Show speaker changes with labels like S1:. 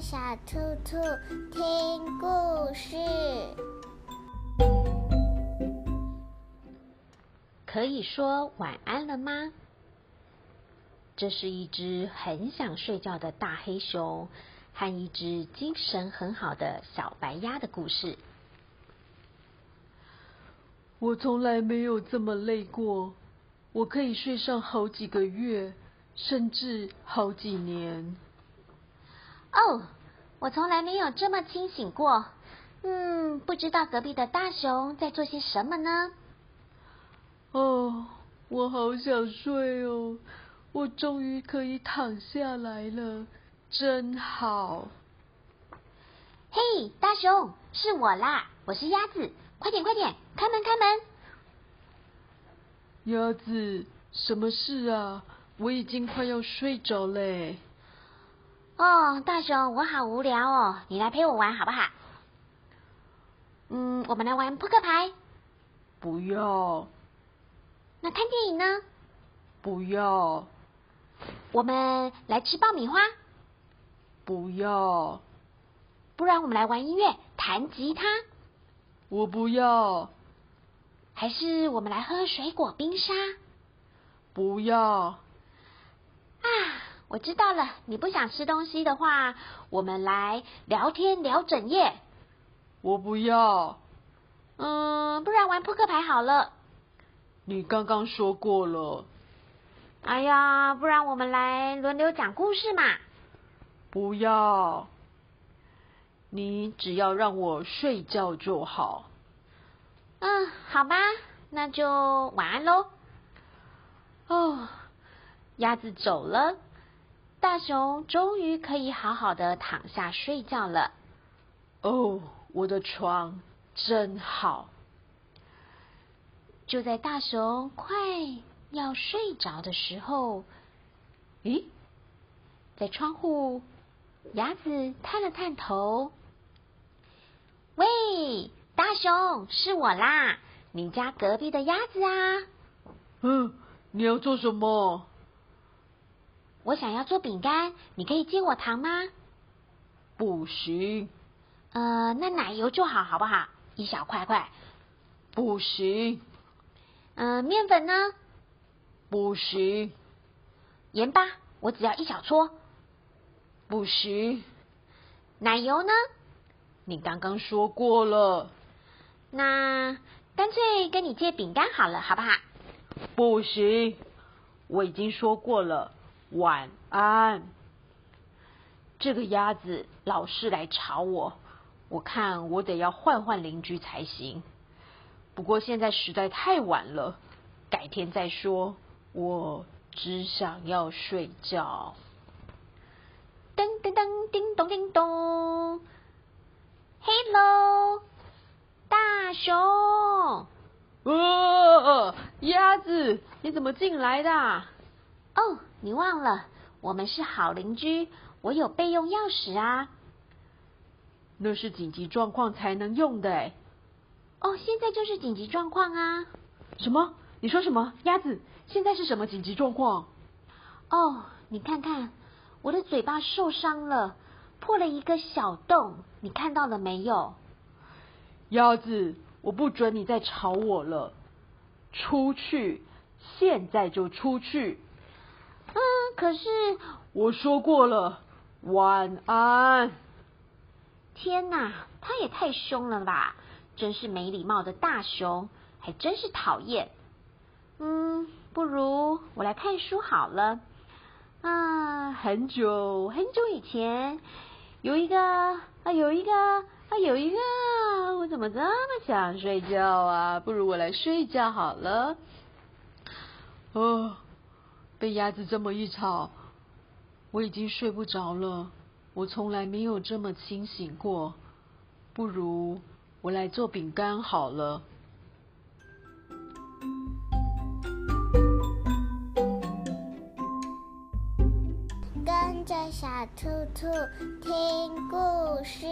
S1: 小兔兔听故事。
S2: 可以说晚安了吗？这是一只很想睡觉的大黑熊和一只精神很好的小白鸭的故事。
S3: 我从来没有这么累过，我可以睡上好几个月，甚至好几年。
S4: 哦，我从来没有这么清醒过。嗯，不知道隔壁的大熊在做些什么呢？
S3: 哦，我好想睡哦，我终于可以躺下来了，真好。
S4: 嘿，大熊，是我啦，我是鸭子，快点快点，开门开门！
S3: 鸭子，什么事啊？我已经快要睡着嘞。
S4: 哦，大熊，我好无聊哦，你来陪我玩好不好？嗯，我们来玩扑克牌。
S3: 不要，
S4: 那看电影呢？
S3: 不要，
S4: 我们来吃爆米花，
S3: 不要，
S4: 不然我们来玩音乐，弹吉他，
S3: 我不要，
S4: 还是我们来喝水果冰沙
S3: 不要，
S4: 啊？我知道了，你不想吃东西的话，我们来聊天聊整夜。
S3: 我不要。
S4: 嗯，不然玩扑克牌好了。
S3: 你刚刚说过了，
S4: 哎呀，不然我们来轮流讲故事嘛。
S3: 不要。你只要让我睡觉就好。
S4: 嗯，好吧，那就晚安喽。
S2: 哦，鸭子走了，大熊终于可以好好的躺下睡觉了。
S3: 哦，我的床真好。
S2: 就在大熊快要睡着的时候，咦，在窗户，鸭子探了探头。
S4: 喂，大熊，是我啦，你家隔壁的鸭子啊。
S3: 嗯，你要做什么？
S4: 我想要做饼干，你可以借我糖吗？
S3: 不行，
S4: 呃，那奶油就好，好不好？一小块块。
S3: 不行，
S4: 嗯、面粉呢？
S3: 不行，
S4: 盐巴，我只要一小撮。
S3: 不行！
S4: 奶油呢？
S3: 你刚刚说过了，
S4: 那干脆跟你借饼干好了，好不好？
S3: 不行，我已经说过了。晚安。这个鸭子老是来吵我，我看我得要换换邻居才行。不过现在实在太晚了，改天再说。我只想要睡觉。
S4: 噔噔噔，叮咚叮咚。Hello，大熊。哦
S3: 呃，鸭子，你怎么进来的啊？
S4: 哦，你忘了，我们是好邻居，我有备用钥匙啊。
S3: 那是紧急状况才能用的哎。
S4: 哦，现在就是紧急状况啊。
S3: 什么？你说什么？鸭子，现在是什么紧急状况？
S4: 哦，你看看，我的嘴巴受伤了，破了一个小洞，你看到了没有？
S3: 鸭子，我不准你再吵我了，出去，现在就出去！
S4: 嗯，可是
S3: 我说过了，晚安。
S4: 天哪，他也太凶了吧！真是没礼貌的大熊，还真是讨厌。嗯，不如我来看书好了。啊，很久很久以前，有一个啊，有一个啊，有一个，我怎么这么想睡觉啊？不如我来睡觉好了。
S3: 哦，被鸭子这么一吵，我已经睡不着了。我从来没有这么清醒过。不如我来做饼干好了。
S1: 跟着小兔兔听故事。